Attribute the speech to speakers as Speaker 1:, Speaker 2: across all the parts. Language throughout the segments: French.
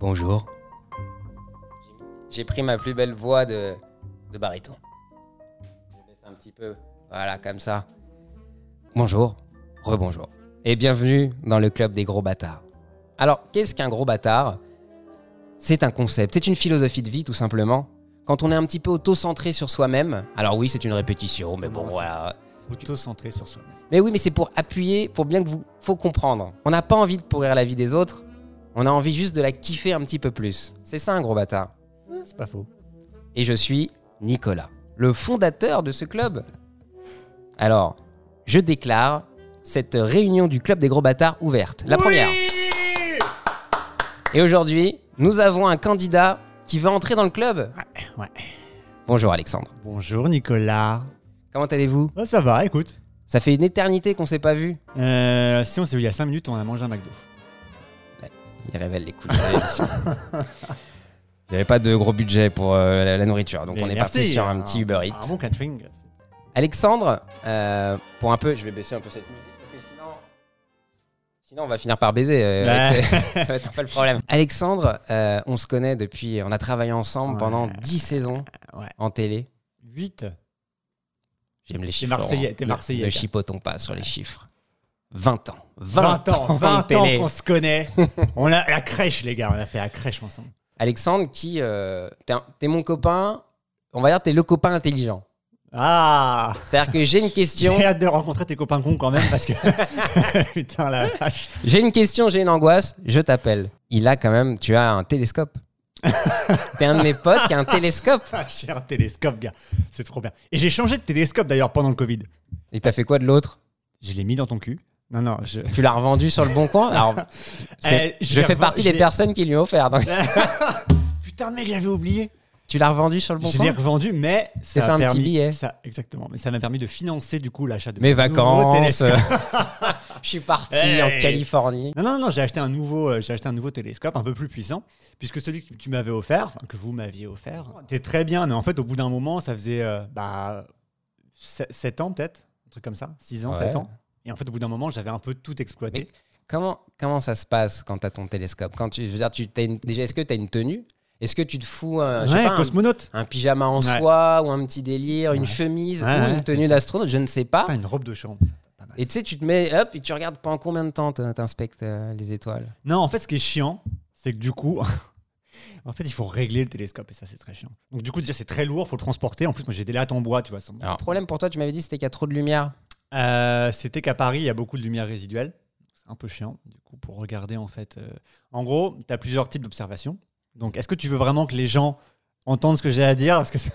Speaker 1: Bonjour.
Speaker 2: J'ai pris ma plus belle voix de, de baryton. Je baisse un petit peu. Voilà, comme ça. Bonjour. Rebonjour. Et bienvenue dans le club des gros bâtards. Alors, qu'est-ce qu'un gros bâtard C'est un concept, c'est une philosophie de vie tout simplement. Quand on est un petit peu auto-centré sur soi-même, alors oui, c'est une répétition, mais bon,
Speaker 3: Comment ça
Speaker 2: voilà.
Speaker 3: Auto-centré sur soi-même.
Speaker 2: Mais oui, mais c'est pour appuyer, pour bien que vous. Faut comprendre. On n'a pas envie de pourrir la vie des autres, on a envie juste de la kiffer un petit peu plus. C'est ça un gros bâtard.
Speaker 3: Ah, c'est pas faux.
Speaker 2: et je suis Nicolas, le fondateur de ce club. Alors, je déclare cette réunion du club des gros bâtards ouverte, la première. Et aujourd'hui, nous avons un candidat qui va entrer dans le club.
Speaker 3: ouais.
Speaker 2: Bonjour Alexandre.
Speaker 3: Bonjour Nicolas.
Speaker 2: Comment allez-vous
Speaker 3: Ah, ça va, écoute.
Speaker 2: Ça fait une éternité qu'on s'est pas vu.
Speaker 3: Euh, si on s'est vu il y a 5 minutes, on a mangé un McDo.
Speaker 2: Il révèle les coulisses de l'émission. Il n'y avait pas de gros budget pour euh, la, la nourriture, donc
Speaker 3: Mais
Speaker 2: on est
Speaker 3: merci,
Speaker 2: parti sur
Speaker 3: euh,
Speaker 2: un petit Uber
Speaker 3: Un
Speaker 2: Eats.
Speaker 3: bon catering.
Speaker 2: Alexandre, euh, pour un peu, je vais baisser un peu cette musique parce que sinon, sinon on va finir par baiser. euh,
Speaker 3: Ouais.
Speaker 2: avec- ça va être un peu le problème. Alexandre, euh, on se connaît depuis, on a travaillé ensemble
Speaker 3: Ouais.
Speaker 2: pendant 10 saisons
Speaker 3: Ouais.
Speaker 2: en télé.
Speaker 3: 8.
Speaker 2: J'aime les chiffres.
Speaker 3: Marseillais,
Speaker 2: Laurent.
Speaker 3: t'es
Speaker 2: Ne-
Speaker 3: Marseillais,
Speaker 2: Ne
Speaker 3: toi.
Speaker 2: chipotons pas sur les chiffres. 20 ans. 20,
Speaker 3: 20 ans, 20
Speaker 2: de
Speaker 3: ans
Speaker 2: télé.
Speaker 3: qu'on se connaît. On a la crèche, les gars. On a fait la crèche ensemble.
Speaker 2: Alexandre, qui, euh, t'es un- t'es mon copain. On va dire t'es le copain intelligent.
Speaker 3: Ah
Speaker 2: C'est-à-dire que j'ai une question,
Speaker 3: J'ai hâte de rencontrer tes copains cons quand même parce que. Putain, la vache.
Speaker 2: j'ai une question, j'ai une angoisse, je t'appelle. Il a quand même, tu as un télescope. t'es un de mes potes qui a un télescope.
Speaker 3: J'ai un télescope, gars. C'est trop bien. Et j'ai changé de télescope d'ailleurs pendant le Covid.
Speaker 2: Et t'as fait quoi de l'autre
Speaker 3: Je l'ai mis dans ton cul. Non, non, je.
Speaker 2: Tu l'as revendu sur le bon coin Alors, c'est-
Speaker 3: Eh,
Speaker 2: je
Speaker 3: l'ai
Speaker 2: fais
Speaker 3: reven-
Speaker 2: partie
Speaker 3: je
Speaker 2: des
Speaker 3: l'ai-
Speaker 2: personnes qui lui ont offert. donc.
Speaker 3: Putain, mec, j'avais oublié.
Speaker 2: tu l'as revendu sur le bon
Speaker 3: je l'ai
Speaker 2: coin
Speaker 3: revendu, mais ça
Speaker 2: fait
Speaker 3: a
Speaker 2: un petit
Speaker 3: permis,
Speaker 2: billet.
Speaker 3: Ça, exactement. Mais ça m'a permis de financer du coup l'achat de
Speaker 2: Mes
Speaker 3: mon nouveau
Speaker 2: vacances. euh.
Speaker 3: télescope.
Speaker 2: je suis parti
Speaker 3: Hey.
Speaker 2: en Californie.
Speaker 3: Non, non, non, j'ai acheté un nouveau, euh, j'ai acheté un nouveau télescope un peu plus puissant, puisque celui que tu m'avais offert, enfin, que vous m'aviez offert, était très bien. Mais en fait, au bout d'un moment, ça faisait euh, bah, 7 ans peut-être, un truc comme ça, 6 ans,
Speaker 2: Ouais.
Speaker 3: 7 ans. Et en fait, au bout d'un moment, j'avais un peu tout exploité.
Speaker 2: Comment, comment ça se passe quand t'as ton télescope quand tu, je veux dire, tu, t'as une- Déjà, est-ce que t'as une tenue Est-ce que tu te fous un, euh, je sais
Speaker 3: ouais,
Speaker 2: pas, un-
Speaker 3: cosmonaute.
Speaker 2: un pyjama en
Speaker 3: Ouais.
Speaker 2: soie ou un petit délire, une chemise
Speaker 3: Ouais,
Speaker 2: ou
Speaker 3: ouais.
Speaker 2: une tenue d'astronaute Je ne sais pas.
Speaker 3: Putain, une robe de chambre. ça, pas mal.
Speaker 2: Et tu sais, tu te mets, hop, et tu regardes pendant combien de temps t'in- t'inspectes euh, les étoiles
Speaker 3: Non, en fait, ce qui est chiant, c'est que du coup, en fait, il faut régler le télescope et ça, c'est très chiant. Donc, du coup, déjà, c'est très lourd, faut le transporter. En plus, moi, j'ai des lattes en bois, tu vois. sans-
Speaker 2: Alors, problème pour toi, tu m'avais dit c'était qu'il y a trop de lumière.
Speaker 3: Euh, C'était qu'à Paris, il y a beaucoup de lumière résiduelle. C'est un peu chiant, du coup, pour regarder, en fait. euh, En gros, tu as plusieurs types d'observations. Donc, est-ce que tu veux vraiment que les gens entendent ce que j'ai à dire Parce que ça-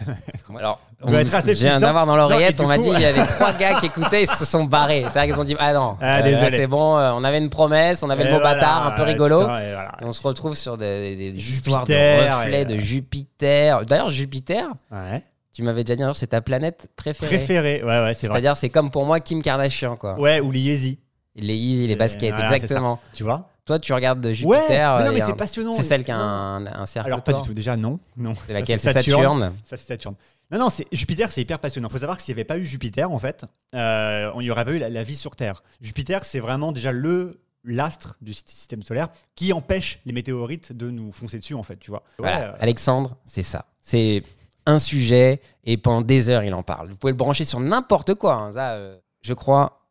Speaker 2: Alors,
Speaker 3: doit
Speaker 2: on-
Speaker 3: être assez
Speaker 2: j'ai un
Speaker 3: puissant.
Speaker 2: avoir dans l'oreillette.
Speaker 3: Non,
Speaker 2: On m'a
Speaker 3: et du
Speaker 2: dit
Speaker 3: coup-
Speaker 2: il y avait trois gars qui écoutaient, ils se sont barrés. C'est vrai qu'ils ont dit ah non,
Speaker 3: Ah,
Speaker 2: euh,
Speaker 3: désolé.
Speaker 2: c'est bon, euh, on avait une promesse, on avait le
Speaker 3: Et
Speaker 2: mot
Speaker 3: voilà,
Speaker 2: bâtard, un peu rigolo.
Speaker 3: putain, et voilà.
Speaker 2: Et on se retrouve sur des, des- des
Speaker 3: Jupiter,
Speaker 2: histoires de reflets
Speaker 3: et- euh,
Speaker 2: de Jupiter. D'ailleurs, Jupiter,
Speaker 3: Ouais.
Speaker 2: tu m'avais déjà dit un jour, c'est ta planète préférée.
Speaker 3: Préféré, ouais, ouais, c'est vrai.
Speaker 2: C'est-à-dire, c'est comme pour moi Kim Kardashian, quoi.
Speaker 3: Ouais, ou l'Iesi,
Speaker 2: Les easy, les
Speaker 3: Et
Speaker 2: baskets,
Speaker 3: voilà, c'est ça.
Speaker 2: exactement.
Speaker 3: tu vois
Speaker 2: Toi, tu regardes de
Speaker 3: Ouais,
Speaker 2: Jupiter.
Speaker 3: mais non,
Speaker 2: euh,
Speaker 3: mais
Speaker 2: et un-
Speaker 3: c'est passionnant.
Speaker 2: c'est celle qui a
Speaker 3: Non,
Speaker 2: un, un cercle.
Speaker 3: Alors pas du
Speaker 2: autour.
Speaker 3: tout, déjà non, non.
Speaker 2: C'est laquelle
Speaker 3: Ça,
Speaker 2: C'est Saturne.
Speaker 3: Ça c'est Saturne. Non, non, c'est Jupiter, c'est hyper passionnant. Il faut savoir que s'il n'y avait pas eu Jupiter, en fait, euh, on n'y aurait pas eu la, la vie sur Terre. Jupiter, c'est vraiment déjà le l'astre du sy- système solaire qui empêche les météorites de nous foncer dessus, en fait, tu vois. Ouais,
Speaker 2: Voilà,
Speaker 3: euh,
Speaker 2: Bah, Alexandre, c'est ça. C'est un sujet et pendant des heures, il en parle. Vous pouvez le brancher sur n'importe quoi. hein. Ça, euh, je crois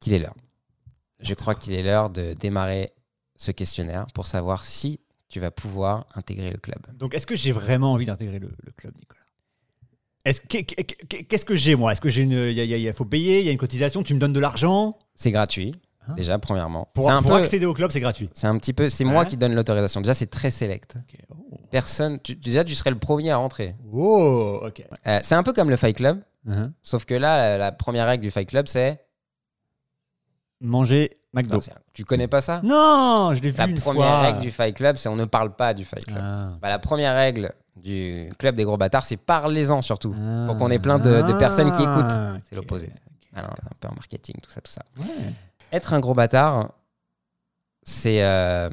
Speaker 2: qu'il est l'heure. Je crois qu'il est l'heure de démarrer ce questionnaire pour savoir si tu vas pouvoir intégrer le club.
Speaker 3: Donc, est-ce que j'ai vraiment envie d'intégrer le, le club, Nicolas Est-ce que- qu'est- qu'est- Qu'est-ce que j'ai, moi Est-ce que j'ai une... Il y a- il y a- il y a- faut payer, il y a une cotisation, tu me donnes de l'argent
Speaker 2: C'est gratuit,
Speaker 3: Hein
Speaker 2: déjà, premièrement.
Speaker 3: Pour,
Speaker 2: C'est un,
Speaker 3: pour
Speaker 2: peu-
Speaker 3: accéder au club, c'est gratuit.
Speaker 2: c'est un petit peu. C'est moi
Speaker 3: Ouais.
Speaker 2: qui donne l'autorisation. Déjà, c'est très select.
Speaker 3: Ok. Oh,
Speaker 2: Personne. tu- déjà, tu serais le premier à rentrer.
Speaker 3: Oh, ok.
Speaker 2: Euh, c'est un peu comme le Fight Club,
Speaker 3: Hein.
Speaker 2: sauf que là, la, la première règle du Fight Club, c'est.
Speaker 3: Manger
Speaker 2: Putain,
Speaker 3: McDo.
Speaker 2: c'est un- Tu connais pas ça
Speaker 3: Non, je l'ai vu
Speaker 2: La
Speaker 3: une
Speaker 2: première
Speaker 3: fois.
Speaker 2: règle du Fight Club, c'est on ne parle pas du Fight Club.
Speaker 3: Ah.
Speaker 2: Bah, la première règle du club des gros bâtards, c'est parlez-en surtout.
Speaker 3: Ah.
Speaker 2: Pour qu'on ait plein de- de personnes qui écoutent.
Speaker 3: Ah,
Speaker 2: C'est
Speaker 3: ok.
Speaker 2: l'opposé. Alors, un peu en marketing, tout ça, tout ça.
Speaker 3: Ouais.
Speaker 2: Être un gros bâtard, c'est euh,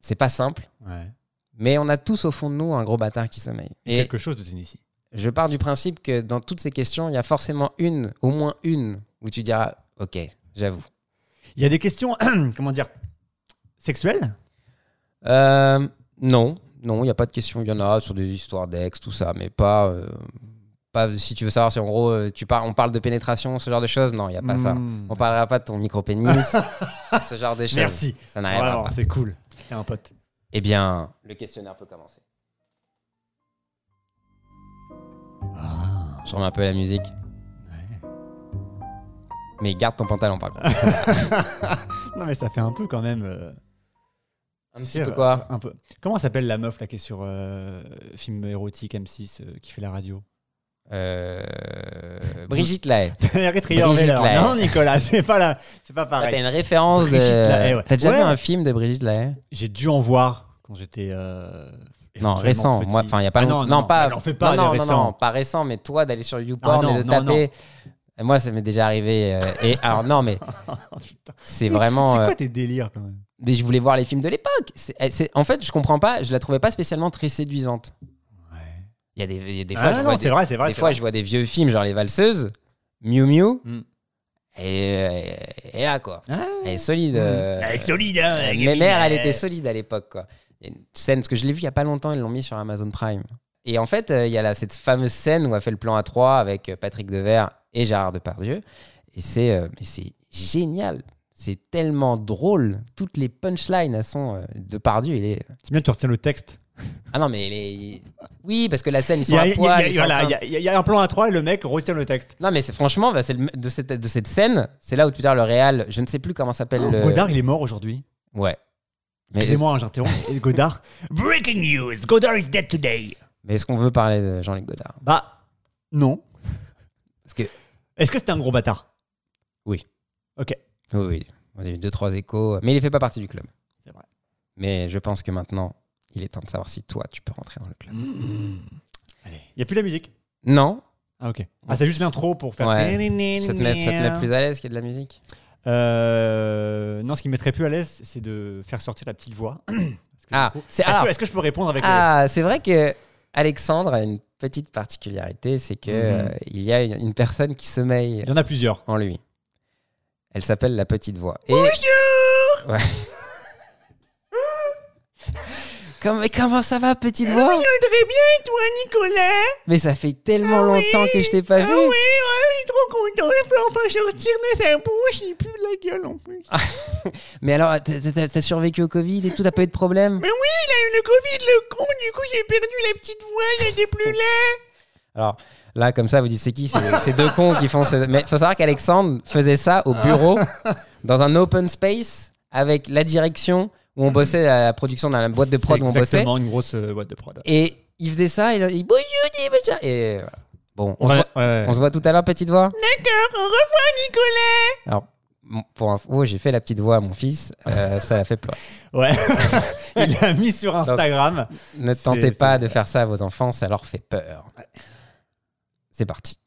Speaker 2: c'est pas simple,
Speaker 3: Ouais.
Speaker 2: mais on a tous au fond de nous un gros bâtard qui sommeille. Et
Speaker 3: Quelque chose de Tennessee.
Speaker 2: je pars du principe que dans toutes ces questions, il y a forcément une, au moins une, où tu diras Ok, j'avoue.
Speaker 3: Il y a des questions, comment dire, sexuelles
Speaker 2: Euh, Non, non, il n'y a pas de question. Il y en a sur des histoires d'ex, tout ça, mais pas. euh, pas si tu veux savoir si en gros euh, tu par- on parle de pénétration, ce genre de choses. Non, il n'y a pas ça.
Speaker 3: Mmh.
Speaker 2: On parlera pas de ton micro-pénis, ce genre de choses.
Speaker 3: Merci.
Speaker 2: Ça n'arrivera
Speaker 3: Vraiment,
Speaker 2: pas.
Speaker 3: c'est cool. T'es un pote.
Speaker 2: Eh bien, le questionnaire peut commencer. Je remets un peu la musique. Mais garde ton pantalon par
Speaker 3: Ah,
Speaker 2: contre.
Speaker 3: Non, mais ça fait un peu quand même. euh,
Speaker 2: Un
Speaker 3: tu
Speaker 2: petit
Speaker 3: sais,
Speaker 2: peu
Speaker 3: euh,
Speaker 2: quoi
Speaker 3: un peu. Comment s'appelle la meuf là qui est sur euh, film érotique M6 euh, qui fait la radio
Speaker 2: Euh, Brigitte Lahaye.
Speaker 3: Arrête de rigoler, alors.
Speaker 2: Lahaye.
Speaker 3: Non, Nicolas, c'est pas là. C'est pas
Speaker 2: Toi, T'as
Speaker 3: pareil.
Speaker 2: une référence
Speaker 3: Brigitte
Speaker 2: de.
Speaker 3: Lahaye, ouais.
Speaker 2: T'as déjà
Speaker 3: Ouais,
Speaker 2: vu
Speaker 3: ouais.
Speaker 2: un film de Brigitte Lahaye
Speaker 3: J'ai dû en voir quand j'étais. euh,
Speaker 2: Non,
Speaker 3: éventuellement
Speaker 2: récent.
Speaker 3: petit.
Speaker 2: Moi, enfin, il y a pas
Speaker 3: Ah
Speaker 2: longtemps.
Speaker 3: non, non,
Speaker 2: pas.
Speaker 3: alors fais pas
Speaker 2: non, non,
Speaker 3: des
Speaker 2: non,
Speaker 3: récents.
Speaker 2: non, pas récent, mais toi d'aller sur YouPorn
Speaker 3: Ah non,
Speaker 2: et de
Speaker 3: non,
Speaker 2: taper. Et Moi, ça m'est déjà arrivé. euh, et alors non, mais
Speaker 3: Oh, putain.
Speaker 2: c'est vraiment.
Speaker 3: C'est
Speaker 2: euh,
Speaker 3: quoi tes délires quand même
Speaker 2: mais je voulais voir les films de l'époque. C'est- elle- c'est- En fait, je comprends pas. Je la trouvais pas spécialement très séduisante. Il y a des, il y a des fois,
Speaker 3: Ah
Speaker 2: je
Speaker 3: non,
Speaker 2: vois
Speaker 3: non,
Speaker 2: des,
Speaker 3: c'est vrai, c'est vrai.
Speaker 2: des
Speaker 3: c'est
Speaker 2: fois,
Speaker 3: vrai.
Speaker 2: je vois des vieux films genre Les Valseuses, Miu Miu,
Speaker 3: Mm.
Speaker 2: et, euh, et là quoi.
Speaker 3: Ah.
Speaker 2: Elle est solide. euh,
Speaker 3: Elle est solide. hein,
Speaker 2: euh,
Speaker 3: la
Speaker 2: mes
Speaker 3: gamine,
Speaker 2: mères, elle
Speaker 3: euh.
Speaker 2: était solide à l'époque. quoi. Il y a une scène, parce que je l'ai vu il n'y a pas longtemps, ils l'ont mis sur Amazon Prime. Et en fait, euh, il y a la- cette fameuse scène où elle fait le plan A3 avec euh, Patrick Devers et Gérard Depardieu. Et c'est euh, mais c'est génial. C'est tellement drôle. Toutes les punchlines, elles sont. euh, Depardieu, il est. euh,
Speaker 3: C'est bien, tu retiens le texte.
Speaker 2: Ah non, mais il est- il- Oui, parce que la scène, ils
Speaker 3: Il
Speaker 2: sont
Speaker 3: y a-
Speaker 2: à
Speaker 3: il y a-
Speaker 2: poil. ils
Speaker 3: il y
Speaker 2: sont en train
Speaker 3: a-
Speaker 2: de-
Speaker 3: il y a- il y a un plan à 3 et le mec retient le texte.
Speaker 2: Non, mais c'est franchement, bah, c'est le- de, cette, de cette scène, c'est là où tu tard le Real, je ne sais plus comment s'appelle.
Speaker 3: Oh,
Speaker 2: le...
Speaker 3: Godard, il est mort aujourd'hui.
Speaker 2: Ouais. euh, Mais,
Speaker 3: Excusez-moi, hein, j'interromps. Et Godard. Breaking news Godard is dead today.
Speaker 2: mais est-ce qu'on veut parler de Jean-Luc Godard
Speaker 3: Bah, non.
Speaker 2: Parce que.
Speaker 3: Est-ce que c'était un gros bâtard
Speaker 2: Oui.
Speaker 3: Ok.
Speaker 2: Oui, oui. On a eu deux, trois échos. Mais il ne fait pas partie du club.
Speaker 3: C'est vrai.
Speaker 2: Mais je pense que maintenant, il est temps de savoir si toi, tu peux rentrer dans le club.
Speaker 3: Hmm. Allez. Il n'y a plus la musique
Speaker 2: Non
Speaker 3: Ah, ok. Ah, c'est juste l'intro pour faire.
Speaker 2: Ouais. Ça te met, ça te met plus à l'aise qu'il y a de la musique
Speaker 3: hein. Euh, non, ce qui me mettrait plus à l'aise, c'est de faire sortir la petite voix. Parce que du
Speaker 2: Ah,
Speaker 3: coup-
Speaker 2: c'est
Speaker 3: Est-ce
Speaker 2: alors,
Speaker 3: que, est-ce que je peux répondre avec. euh, le-
Speaker 2: ah, c'est vrai que Alexandre a une petite particularité c'est qu'il
Speaker 3: Mhm.
Speaker 2: il y a une, une personne qui sommeille
Speaker 3: Il y en a plusieurs.
Speaker 2: en lui. Elle s'appelle la petite voix. Et... Ouais. Comme- mais comment ça va, petite voix
Speaker 3: Très bien, toi, Nicolas
Speaker 2: Mais ça fait tellement
Speaker 3: Ah
Speaker 2: longtemps que je t'ai pas vu.
Speaker 3: je suis trop content. Il peut enfin sortir de sa bouche. Il pue de la gueule en plus.
Speaker 2: Mais alors, t'as- t'as t'as survécu au Covid et tout, t'as pas eu de problème
Speaker 3: Mais oui, il a eu le Covid, le con. Du coup, j'ai perdu la petite voix. Il était plus là.
Speaker 2: Alors là, comme ça, vous dites c'est qui C'est ces deux cons qui font. ces- Mais faut savoir qu'Alexandre faisait ça au bureau, dans un open space, avec la direction où on bossait à la production dans la boîte de prod où on bossait.
Speaker 3: Exactement, une grosse euh, boîte de prod.
Speaker 2: Et il faisait ça, il, il bonjour, dis, bonjour. Et voilà. bon, on, se voit, on se voit tout à l'heure, petite voix
Speaker 3: D'accord, au revoir, Nicolas.
Speaker 2: Alors, m- pour info, oh, j'ai fait la petite voix à mon fils, euh, ça l'a fait pleurer.
Speaker 3: Ouais. il l'a mis sur Instagram.
Speaker 2: Ne
Speaker 3: C'est-
Speaker 2: tentez
Speaker 3: c'est-
Speaker 2: pas de faire ça à vos enfants, ça leur fait peur. C'est parti.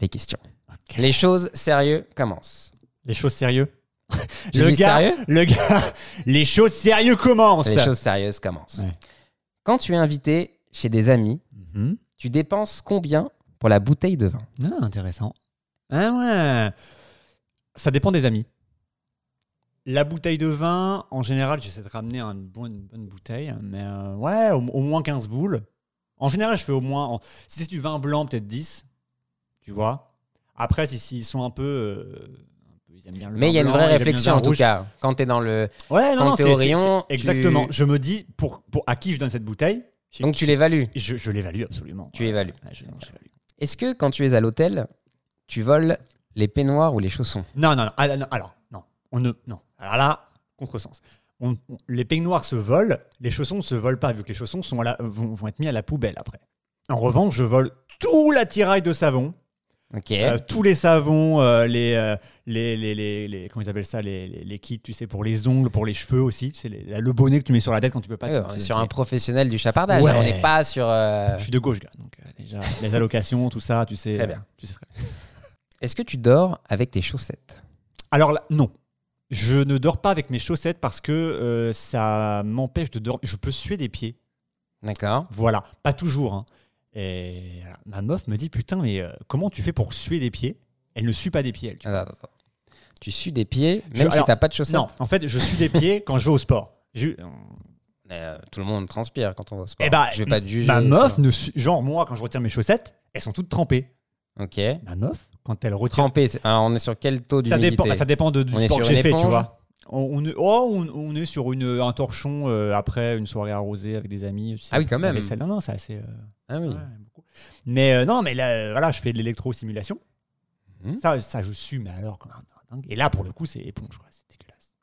Speaker 2: Les questions.
Speaker 3: Ok.
Speaker 2: Les choses sérieuses commencent.
Speaker 3: Les choses sérieuses.
Speaker 2: Je
Speaker 3: le
Speaker 2: dis
Speaker 3: gars,
Speaker 2: sérieux
Speaker 3: le gars, les choses sérieuses commencent.
Speaker 2: Les choses sérieuses commencent.
Speaker 3: Ouais.
Speaker 2: Quand tu es invité chez des amis,
Speaker 3: Mhm.
Speaker 2: tu dépenses combien pour la bouteille de vin
Speaker 3: Ah, intéressant. Ah ouais. Ça dépend des amis. La bouteille de vin, en général, j'essaie de ramener une bonne, une bonne bouteille, mais euh, ouais, au, au moins 15 boules. En général, je fais au moins, en- si c'est du vin blanc, peut-être 10, tu vois. Après, si- s'ils sont un peu... euh, un peu- ils aiment bien le
Speaker 2: Mais
Speaker 3: vin
Speaker 2: il y a une
Speaker 3: blanc,
Speaker 2: vraie
Speaker 3: ils aiment
Speaker 2: réflexion
Speaker 3: bien
Speaker 2: en
Speaker 3: le vin
Speaker 2: tout
Speaker 3: rouge.
Speaker 2: cas. Quand tu es dans le.
Speaker 3: Ouais, non,
Speaker 2: Quand
Speaker 3: non,
Speaker 2: t'es
Speaker 3: c'est-
Speaker 2: au
Speaker 3: c'est-
Speaker 2: rayon,
Speaker 3: c'est-
Speaker 2: tu-
Speaker 3: Exactement. Je me dis, pour, pour, à qui je donne cette bouteille Chez-
Speaker 2: Donc tu l'évalues.
Speaker 3: Je, je l'évalue absolument.
Speaker 2: Tu évalues.
Speaker 3: Ouais, je- je l'évalue.
Speaker 2: Est-ce que quand tu es à l'hôtel, tu voles les peignoirs ou les chaussons
Speaker 3: Non, non, non. Ah, non, Alors, non. On ne, non. Alors là, contresens. On, on- les peignoirs se volent, les chaussons ne se volent pas, vu que les chaussons sont à la- vont, vont être mis à la poubelle après. En revanche, je vole tout l'attirail de savon,
Speaker 2: Ok.
Speaker 3: euh, tous les savons, euh, les, euh, les, les, les, les- comment ils appellent ça, les, les, les kits, tu sais, pour les ongles, pour les cheveux aussi, c'est le bonnet que tu mets sur la tête quand tu peux pas.
Speaker 2: Ouais,
Speaker 3: te-
Speaker 2: Euh, on
Speaker 3: te-
Speaker 2: est sur un professionnel du chapardage.
Speaker 3: Ouais.
Speaker 2: là, On n'est pas sur. euh,
Speaker 3: Je suis de gauche, gars, donc euh, déjà les allocations, tout ça, tu sais.
Speaker 2: Très
Speaker 3: euh,
Speaker 2: bien.
Speaker 3: tu sais très bien.
Speaker 2: Est-ce que tu dors avec tes chaussettes
Speaker 3: Alors là, non. Je ne dors pas avec mes chaussettes parce que euh, ça m'empêche de dormir. Je peux suer des pieds.
Speaker 2: D'accord.
Speaker 3: Voilà. Pas toujours. hein. Et voilà. ma meuf me dit Putain, mais euh, comment tu fais pour suer des pieds Elle ne sue pas des pieds, elle. tu vois.
Speaker 2: Attends, attends, attends. Tu sues des pieds,
Speaker 3: Je-
Speaker 2: même si
Speaker 3: alors,
Speaker 2: t'as pas de chaussettes.
Speaker 3: Non, en fait, je sue des pieds quand je vais au sport. Je-
Speaker 2: Mais, euh, tout le monde transpire quand on va au sport.
Speaker 3: Eh ben,
Speaker 2: je vais pas te juger.
Speaker 3: Ma meuf,
Speaker 2: ça.
Speaker 3: ne su- genre moi, quand je retire mes chaussettes, elles sont toutes trempées.
Speaker 2: Ok.
Speaker 3: Ma meuf, quand elle retire.
Speaker 2: Trempé. c'est- Alors, on est sur quel taux
Speaker 3: ça,
Speaker 2: d'humidité
Speaker 3: dépend, ça dépend de, du
Speaker 2: On est
Speaker 3: sport que
Speaker 2: sur une
Speaker 3: j'ai fait, tu
Speaker 2: éponge
Speaker 3: vois. On, on est, oh, on, on est sur une, un torchon euh, après une soirée arrosée avec des amis.
Speaker 2: Ah oui, quand même.
Speaker 3: Celle, non, non, c'est assez. euh,
Speaker 2: Ah oui.
Speaker 3: ouais, beaucoup. Mais euh, non, mais là, euh, voilà, je fais de l'électro-simulation.
Speaker 2: Mhm.
Speaker 3: Ça, ça, je sue, mais alors, comme un dingue. Et là, pour le coup, c'est éponge, quoi. C'est dégueulasse.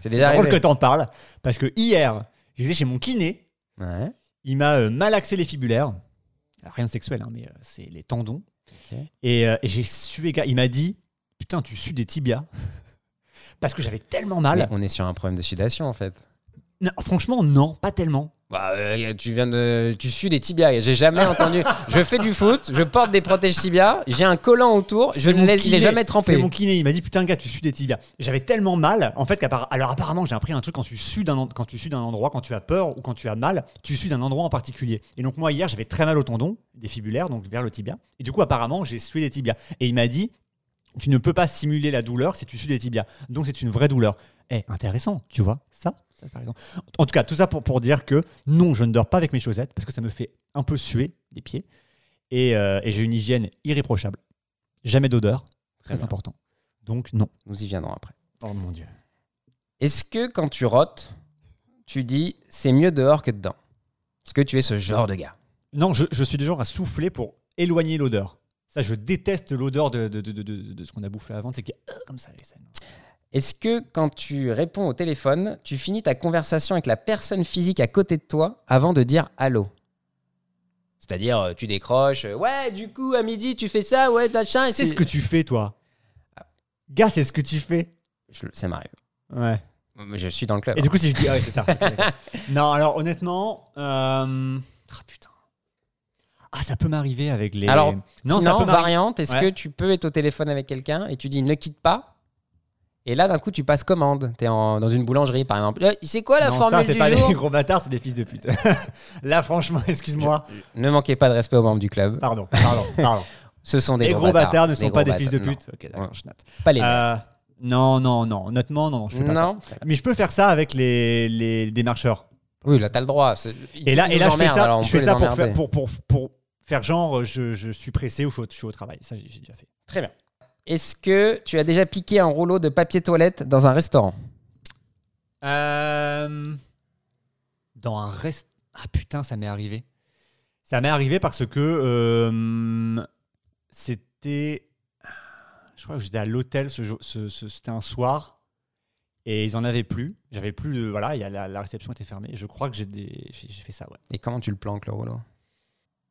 Speaker 2: C'est déjà
Speaker 3: drôle
Speaker 2: arrivé.
Speaker 3: que t'en parles, parce que hier, j'étais chez mon kiné,
Speaker 2: Ouais.
Speaker 3: il m'a euh, malaxé les fibulaires. Alors, rien de sexuel, hein, mais euh, c'est les tendons.
Speaker 2: Ok.
Speaker 3: Et, euh, et j'ai sué, gars. Il m'a dit Putain, tu sues des tibias. parce que j'avais tellement mal.
Speaker 2: Mais on est sur un problème de sudation en fait.
Speaker 3: Non, franchement, non, pas tellement.
Speaker 2: Bah, euh, tu viens de, tu sues des tibias. J'ai jamais entendu. Je fais du foot, je porte des protèges tibias, j'ai un collant autour, je
Speaker 3: C'est
Speaker 2: ne
Speaker 3: mon
Speaker 2: l'ai- je l'ai
Speaker 3: kiné.
Speaker 2: jamais trempé.
Speaker 3: C'est mon kiné, il m'a dit Putain, gars, tu sues des tibias. J'avais tellement mal. En fait, qu'appara- alors apparemment, j'ai appris un truc quand tu sues d'un en- quand tu sues d'un endroit, quand tu as peur ou quand tu as mal, tu sues d'un endroit en particulier. Et donc, moi, hier, j'avais très mal au tendon, des fibulaires, donc vers le tibia. Et du coup, apparemment, j'ai sué des tibias. Et il m'a dit Tu ne peux pas simuler la douleur si tu sues des tibias. Donc, c'est une vraie douleur. Eh, intéressant, tu vois, ça, ça par exemple. En tout cas, tout ça pour, pour dire que non, je ne dors pas avec mes chaussettes parce que ça me fait un peu suer les pieds. Et, euh, et j'ai une hygiène irréprochable. Jamais d'odeur,
Speaker 2: Très
Speaker 3: très,
Speaker 2: bien.
Speaker 3: important. Donc non.
Speaker 2: Nous y viendrons après.
Speaker 3: Oh mon dieu.
Speaker 2: Est-ce que quand tu rotes, tu dis c'est mieux dehors que dedans Est-ce que tu es ce genre de gars
Speaker 3: Non, je, je suis du genre à souffler pour éloigner l'odeur. Ça, je déteste l'odeur de, de, de- de- de- de ce qu'on a bouffé avant. C'est que, euh, comme ça, les scènes.
Speaker 2: Est-ce que quand tu réponds au téléphone, tu finis ta conversation avec la personne physique à côté de toi avant de dire allô C'est-à-dire, euh, tu décroches, euh, ouais, du coup, à midi, tu fais ça, ouais, machin. et
Speaker 3: C'est ce
Speaker 2: tu-
Speaker 3: que tu fais, toi. Gars, c'est ce que tu fais.
Speaker 2: Je- Ça m'arrive.
Speaker 3: Ouais.
Speaker 2: Je suis dans le club.
Speaker 3: Et du coup, si je dis, ah ouais, c'est ça. non, alors honnêtement, euh, ah putain. Ah, ça peut m'arriver avec les.
Speaker 2: Alors,
Speaker 3: non,
Speaker 2: Sinon,
Speaker 3: ça peut m'arriver.
Speaker 2: variante, est-ce
Speaker 3: Ouais.
Speaker 2: que tu peux être au téléphone avec quelqu'un et tu dis ne quitte pas Et là, d'un coup, tu passes commande. Tu es dans une boulangerie, par exemple. Euh, c'est quoi la
Speaker 3: Non,
Speaker 2: formule
Speaker 3: ça, c'est
Speaker 2: du
Speaker 3: pas
Speaker 2: jour
Speaker 3: des gros bâtards, c'est des fils de pute. Là, franchement, excuse-moi.
Speaker 2: Ne manquez pas de respect aux membres du club.
Speaker 3: Pardon, pardon, pardon.
Speaker 2: Ce sont des
Speaker 3: Ah. les
Speaker 2: gros,
Speaker 3: gros bâtards ne
Speaker 2: Des
Speaker 3: sont
Speaker 2: gros
Speaker 3: pas des fils de
Speaker 2: bâtards,
Speaker 3: pute. Ok, d'accord, je note.
Speaker 2: non. Pas les mêmes.
Speaker 3: Euh, non, non, non. Honnêtement, non, non, je fais pas ça.
Speaker 2: non
Speaker 3: Mais je peux faire ça avec les, les démarcheurs.
Speaker 2: Oui, là, t'as le droit. C'est-
Speaker 3: Et là,
Speaker 2: ils
Speaker 3: et là
Speaker 2: nous
Speaker 3: je fais
Speaker 2: emmerdent,
Speaker 3: ça,
Speaker 2: alors on peut
Speaker 3: je fais
Speaker 2: les
Speaker 3: ça pour,
Speaker 2: emmerder.
Speaker 3: faire, pour, pour, pour faire genre, je, je suis pressé ou je, suis au- je suis au travail. Ça, j'ai j'ai déjà fait.
Speaker 2: Très bien. Est-ce que tu as déjà piqué un rouleau de papier toilette dans un restaurant
Speaker 3: Euh, Dans un reste. Ah putain, ça m'est arrivé. Ça m'est arrivé parce que euh, c'était. Je crois que j'étais à l'hôtel, ce jour- ce- ce- c'était un soir. Et ils en avaient plus. J'avais plus de. Voilà, il y a la, la réception était fermée. Je crois que j'ai des- j'ai j'ai fait ça, ouais.
Speaker 2: Et comment tu le planques, le rouleau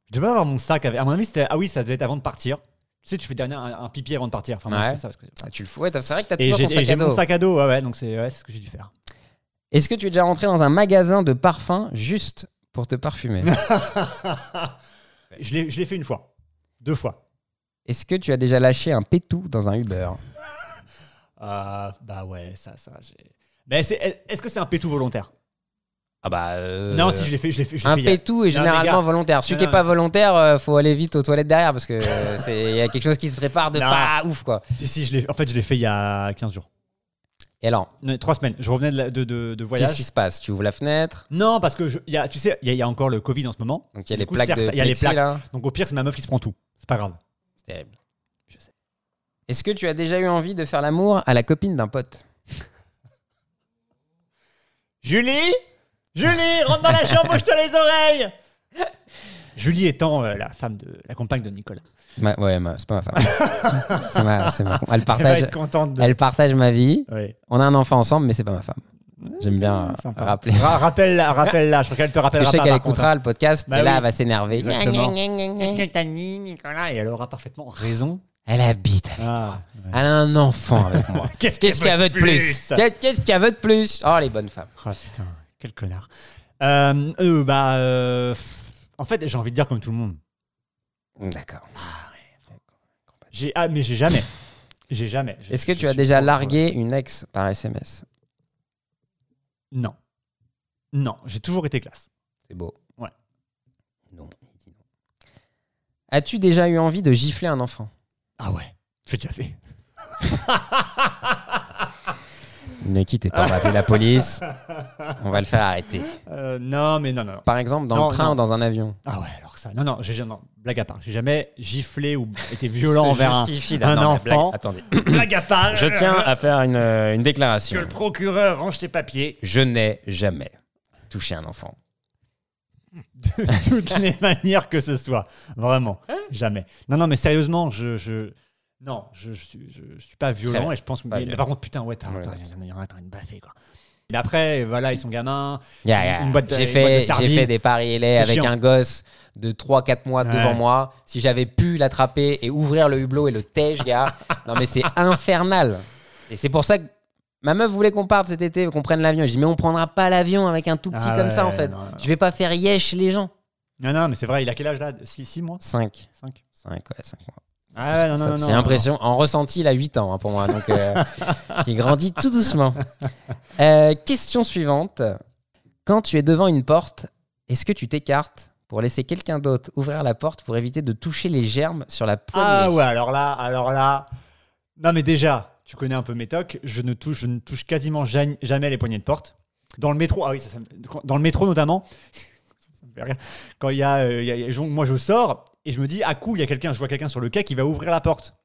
Speaker 3: Je devais avoir mon sac avec. À mon avis, c'était. Ah oui, ça devait être avant de partir. Tu sais, tu fais dernier un, un pipi avant de partir. Enfin, moi,
Speaker 2: Ouais.
Speaker 3: je fais ça parce que-
Speaker 2: Ah, Tu le fous. Ouais, t'as- c'est vrai que t'as
Speaker 3: Et
Speaker 2: toujours
Speaker 3: j'ai
Speaker 2: ton
Speaker 3: et
Speaker 2: sac
Speaker 3: j'ai
Speaker 2: à
Speaker 3: mon
Speaker 2: dos.
Speaker 3: sac à dos, ouais, ouais, donc c'est ouais, c'est ce que j'ai dû faire.
Speaker 2: Est-ce que tu es déjà rentré dans un magasin de parfums juste pour te parfumer
Speaker 3: Je l'ai je l'ai fait une fois. Deux fois.
Speaker 2: Est-ce que tu as déjà lâché un pétou dans un Uber
Speaker 3: Ah, bah ouais, ça, ça, j'ai. Mais c'est- est-ce que c'est un pétou volontaire
Speaker 2: Ah bah
Speaker 3: Non, si je l'ai fait, je l'ai fait. je l'ai
Speaker 2: un
Speaker 3: fait hier.
Speaker 2: pétou est
Speaker 3: Non, mais
Speaker 2: généralement
Speaker 3: gars,
Speaker 2: volontaire. Celui
Speaker 3: non,
Speaker 2: qui est
Speaker 3: non,
Speaker 2: pas
Speaker 3: mais-
Speaker 2: volontaire, euh, faut aller vite aux toilettes derrière parce que euh, c'est il y a quelque chose qui se prépare de
Speaker 3: Non.
Speaker 2: pas ouf quoi.
Speaker 3: Si, si, je l'ai. En fait, je l'ai fait il y a 15 jours.
Speaker 2: Et alors,
Speaker 3: Non, trois semaines. Je revenais de, la- de, de, de
Speaker 2: qu'est-ce
Speaker 3: voyage.
Speaker 2: qui se passe Tu ouvres la fenêtre,
Speaker 3: Non, parce que je- il y a, tu sais, il y, a- il y a encore le Covid en ce moment.
Speaker 2: donc il y a
Speaker 3: Du
Speaker 2: les
Speaker 3: coup,
Speaker 2: plaques
Speaker 3: certes,
Speaker 2: de
Speaker 3: il y a les
Speaker 2: plexi,
Speaker 3: plaques.
Speaker 2: là.
Speaker 3: Donc au pire, c'est ma meuf qui se prend tout. C'est pas grave.
Speaker 2: C'est terrible.
Speaker 3: Je sais.
Speaker 2: Est-ce que tu as déjà eu envie de faire l'amour à la copine d'un pote
Speaker 3: Julie Julie, rentre dans la chambre, bouge-toi les oreilles Julie étant euh, la femme de la compagne de Nicolas.
Speaker 2: Ma- Ouais, ma- c'est pas ma femme. c'est ma, c'est ma- Elle
Speaker 3: Elle va
Speaker 2: partage,
Speaker 3: être contente de.
Speaker 2: elle partage ma vie.
Speaker 3: Ouais.
Speaker 2: On a un enfant ensemble, mais c'est pas ma femme. J'aime bien euh,
Speaker 3: Sympa.
Speaker 2: rappeler. ça.
Speaker 3: Ra- rappelle-la, rappelle-la. Je crois qu'elle te
Speaker 2: Parce
Speaker 3: rappellera
Speaker 2: que je sais
Speaker 3: pas,
Speaker 2: qu'elle
Speaker 3: par contre,
Speaker 2: écoutera le podcast,
Speaker 3: Bah
Speaker 2: et là,
Speaker 3: oui.
Speaker 2: elle va s'énerver.
Speaker 3: Exactement.
Speaker 2: Gna, gna, gna, gna, gna.
Speaker 3: Nicolas, et elle aura parfaitement raison.
Speaker 2: Elle habite. avec-
Speaker 3: Ah.
Speaker 2: Elle a un enfant avec moi.
Speaker 3: Qu'est-ce
Speaker 2: Qu'est-ce qu'elle veut de plus Qu'est- Qu'est-ce qu'elle veut de plus Oh, les bonnes femmes.
Speaker 3: Ah putain, quel connard. Euh, euh, bah, euh, pff, en fait, j'ai envie de dire comme tout le monde.
Speaker 2: D'accord.
Speaker 3: J'ai, ah, mais j'ai jamais. J'ai jamais. Je-
Speaker 2: Est-ce que
Speaker 3: je
Speaker 2: tu as
Speaker 3: suis
Speaker 2: déjà
Speaker 3: pour-
Speaker 2: largué une ex par SMS
Speaker 3: Non. Non, j'ai toujours été classe.
Speaker 2: C'est beau.
Speaker 3: Ouais.
Speaker 2: Non, il dit non. As-tu déjà eu envie de gifler un enfant
Speaker 3: Ah ouais, j'ai déjà fait.
Speaker 2: Ne quittez pas, on va appeler la police. On va le faire arrêter.
Speaker 3: Euh, non, mais non, non, non.
Speaker 2: Par exemple, dans
Speaker 3: Non,
Speaker 2: le train
Speaker 3: non.
Speaker 2: ou dans un avion.
Speaker 3: Ah ouais, alors ça. Non, non, j'ai jamais- non, blague à part. J'ai jamais giflé ou été violent envers un, un enfant.
Speaker 2: Attendez.
Speaker 3: Blague à part.
Speaker 2: Je tiens à faire une, euh, une déclaration.
Speaker 3: procureur range tes papiers.
Speaker 2: Je n'ai jamais touché un enfant.
Speaker 3: de toutes les manières que ce soit. Vraiment.
Speaker 2: Hein
Speaker 3: Jamais. Non, non, mais sérieusement, je. je... Non, je je suis, je suis pas
Speaker 2: bien.
Speaker 3: violent et je pense.
Speaker 2: Pas
Speaker 3: mais-
Speaker 2: bien.
Speaker 3: par contre, putain, ouais, t'as
Speaker 2: Ouais.
Speaker 3: t'as- il y en a, t'as une baffée, quoi. Mais après, voilà, ils sont gamins.
Speaker 2: Yeah, yeah.
Speaker 3: Une boîte de-
Speaker 2: j'ai
Speaker 3: une
Speaker 2: fait,
Speaker 3: boîte de
Speaker 2: j'ai
Speaker 3: sardines.
Speaker 2: fait des paris élèves
Speaker 3: C'est
Speaker 2: avec
Speaker 3: chiant.
Speaker 2: un gosse de 3-4 mois devant
Speaker 3: Ouais.
Speaker 2: moi. Si j'avais pu l'attraper et ouvrir le hublot et le tège, gars. non, mais c'est infernal. Et c'est pour ça que ma meuf voulait qu'on parte cet été, qu'on prenne l'avion. Je dis, mais on prendra pas l'avion avec un tout petit
Speaker 3: Ah
Speaker 2: comme ça, en
Speaker 3: ouais,
Speaker 2: fait.
Speaker 3: non, non.
Speaker 2: Je vais pas faire yesh les gens.
Speaker 3: Non, non, mais c'est vrai, il a quel âge là 6 mois
Speaker 2: 5.
Speaker 3: 5
Speaker 2: 5, ouais, 5 mois.
Speaker 3: Ah, ouais, non,
Speaker 2: Ça-
Speaker 3: non, non.
Speaker 2: c'est
Speaker 3: non.
Speaker 2: impression. En ressenti, il a 8 ans hein, pour moi. Donc, euh, il grandit tout doucement. Euh, question suivante. Quand tu es devant une porte, est-ce que tu t'écartes pour laisser quelqu'un d'autre ouvrir la porte pour éviter de toucher les germes sur la poignée
Speaker 3: Ah ouais, alors là, alors là. Non, mais déjà, tu connais un peu mes tocs. Je ne touche, je ne touche quasiment ja- jamais les poignées de porte. Dans le métro, ah oui, ça, ça me- quand- dans le métro notamment, ça me fait rire. Quand il y a, euh, il y a- il y a- je- moi je sors et je me dis, ah cool, il y a quelqu'un, je vois quelqu'un sur le quai qui va ouvrir la porte.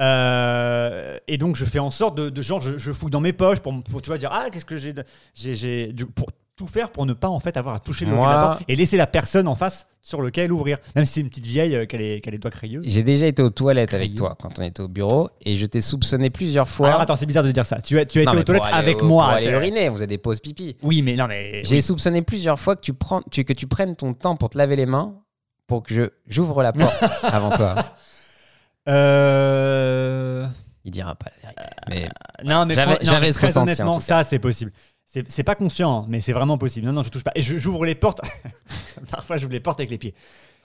Speaker 3: Euh, et donc je fais en sorte de, de genre, je, je fouille dans mes poches pour, pour, tu vois dire, ah qu'est-ce que j'ai, de- j'ai, j'ai- du- pour tout faire pour ne pas en fait avoir à toucher le
Speaker 2: Moi-
Speaker 3: local de la porte et laisser la personne en face sur lequel ouvrir, même si c'est une petite vieille euh, qu'elle est, qu'elle est doigts crayeux.
Speaker 2: J'ai déjà été aux toilettes avec
Speaker 3: Crier.
Speaker 2: toi quand on était au bureau et je t'ai soupçonné plusieurs fois.
Speaker 3: Alors attends, c'est bizarre de dire ça. Tu as, tu as
Speaker 2: Non,
Speaker 3: été
Speaker 2: mais
Speaker 3: aux toilettes
Speaker 2: pour aller
Speaker 3: avec
Speaker 2: au-
Speaker 3: moi.
Speaker 2: Pour aller
Speaker 3: t'es-
Speaker 2: uriner, vous avez des pauses pipi.
Speaker 3: Oui, mais non, mais.
Speaker 2: J'ai
Speaker 3: oui.
Speaker 2: soupçonné plusieurs fois que tu, prends, tu- que tu prennes ton temps pour te laver les mains pour que je- j'ouvre la porte avant toi.
Speaker 3: Euh,
Speaker 2: Il dira pas la vérité. Mais
Speaker 3: Non, mais,
Speaker 2: J'avais-
Speaker 3: fran- non,
Speaker 2: j'avais
Speaker 3: mais
Speaker 2: ce
Speaker 3: très
Speaker 2: ressenti, en
Speaker 3: honnêtement,
Speaker 2: tout cas.
Speaker 3: ça, c'est possible. C'est c'est pas conscient, mais c'est vraiment possible. Non, non, je touche pas. Et je- j'ouvre les portes. Parfois, j'ouvre les portes avec les pieds.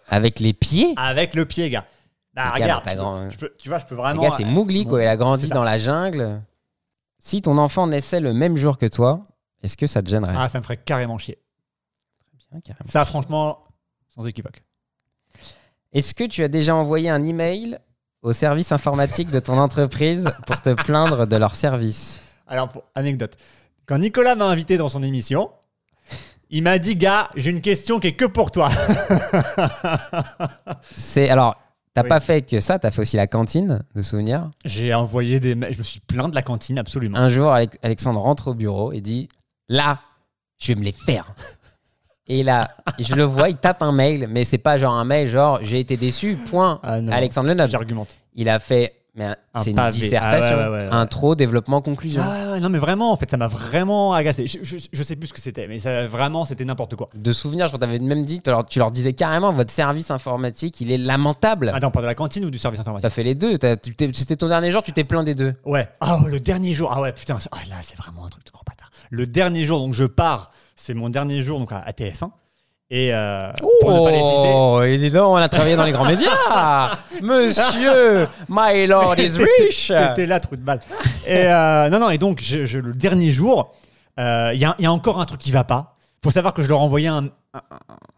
Speaker 2: avec les pieds
Speaker 3: Avec le pied, gars. Bah,
Speaker 2: Les gars,
Speaker 3: regarde.
Speaker 2: t'as
Speaker 3: tu, peux-
Speaker 2: grand-
Speaker 3: je peux- tu vois, je peux
Speaker 2: Les
Speaker 3: vraiment. euh,
Speaker 2: gars, c'est Mowgli, quoi. Il a grandi
Speaker 3: Ah, c'est ça.
Speaker 2: dans la jungle. Si ton enfant naissait le même jour que toi, est-ce que ça te gênerait
Speaker 3: Ah, ça me ferait carrément chier.
Speaker 2: Bien, carrément.
Speaker 3: Ça, franchement, sans équivoque.
Speaker 2: Est-ce que tu as déjà envoyé un email au service informatique de ton entreprise pour te plaindre de leur service
Speaker 3: Alors, pour anecdote, quand Nicolas m'a invité dans son émission, il m'a dit, gars, j'ai une question qui est que pour toi.
Speaker 2: C'est alors, t'as
Speaker 3: Oui.
Speaker 2: pas fait que ça, t'as fait aussi la cantine de souvenirs.
Speaker 3: J'ai envoyé des mails. Je me suis plaint de la cantine, absolument.
Speaker 2: Un jour, Alex- Alexandre rentre au bureau et dit là, je vais me les faire. Et là, je le vois, il tape un mail, mais c'est pas genre un mail genre j'ai été déçu. Point.
Speaker 3: Ah non.
Speaker 2: Alexandre Lenoble.
Speaker 3: J'argumente.
Speaker 2: il a fait mais un-
Speaker 3: Un
Speaker 2: c'est une
Speaker 3: pavé.
Speaker 2: dissertation
Speaker 3: Ah ouais, ouais, ouais, ouais.
Speaker 2: intro développement conclusion
Speaker 3: Ah, ouais, non, mais vraiment, en fait, ça m'a vraiment agacé. Je, je, je sais plus ce que c'était, mais ça, vraiment, c'était n'importe quoi.
Speaker 2: de souvenirs je t'avais même dit tu leur, tu leur disais carrément votre service informatique il est lamentable
Speaker 3: Attends, on parle de la cantine ou du service
Speaker 2: t'as
Speaker 3: informatique
Speaker 2: fait les deux t'as- tu t'es- c'était ton dernier jour tu t'es plaint des deux
Speaker 3: Ouais. Ah, ouais, le dernier jour. Ah ouais, putain, ça- ah, là, c'est vraiment un truc de gros bâtard. Le dernier jour, donc je pars. C'est mon dernier jour donc à, à TF1. Et euh, pour ne pas les citer.
Speaker 2: oh et dis donc on a travaillé dans les grands médias monsieur my lord is rich
Speaker 3: T'étais là, trou de balle. Et euh, non, non, et donc, je, je- le dernier jour, euh, il y, a- il y a encore un truc qui va pas. Faut savoir que je leur envoyais un. un- un-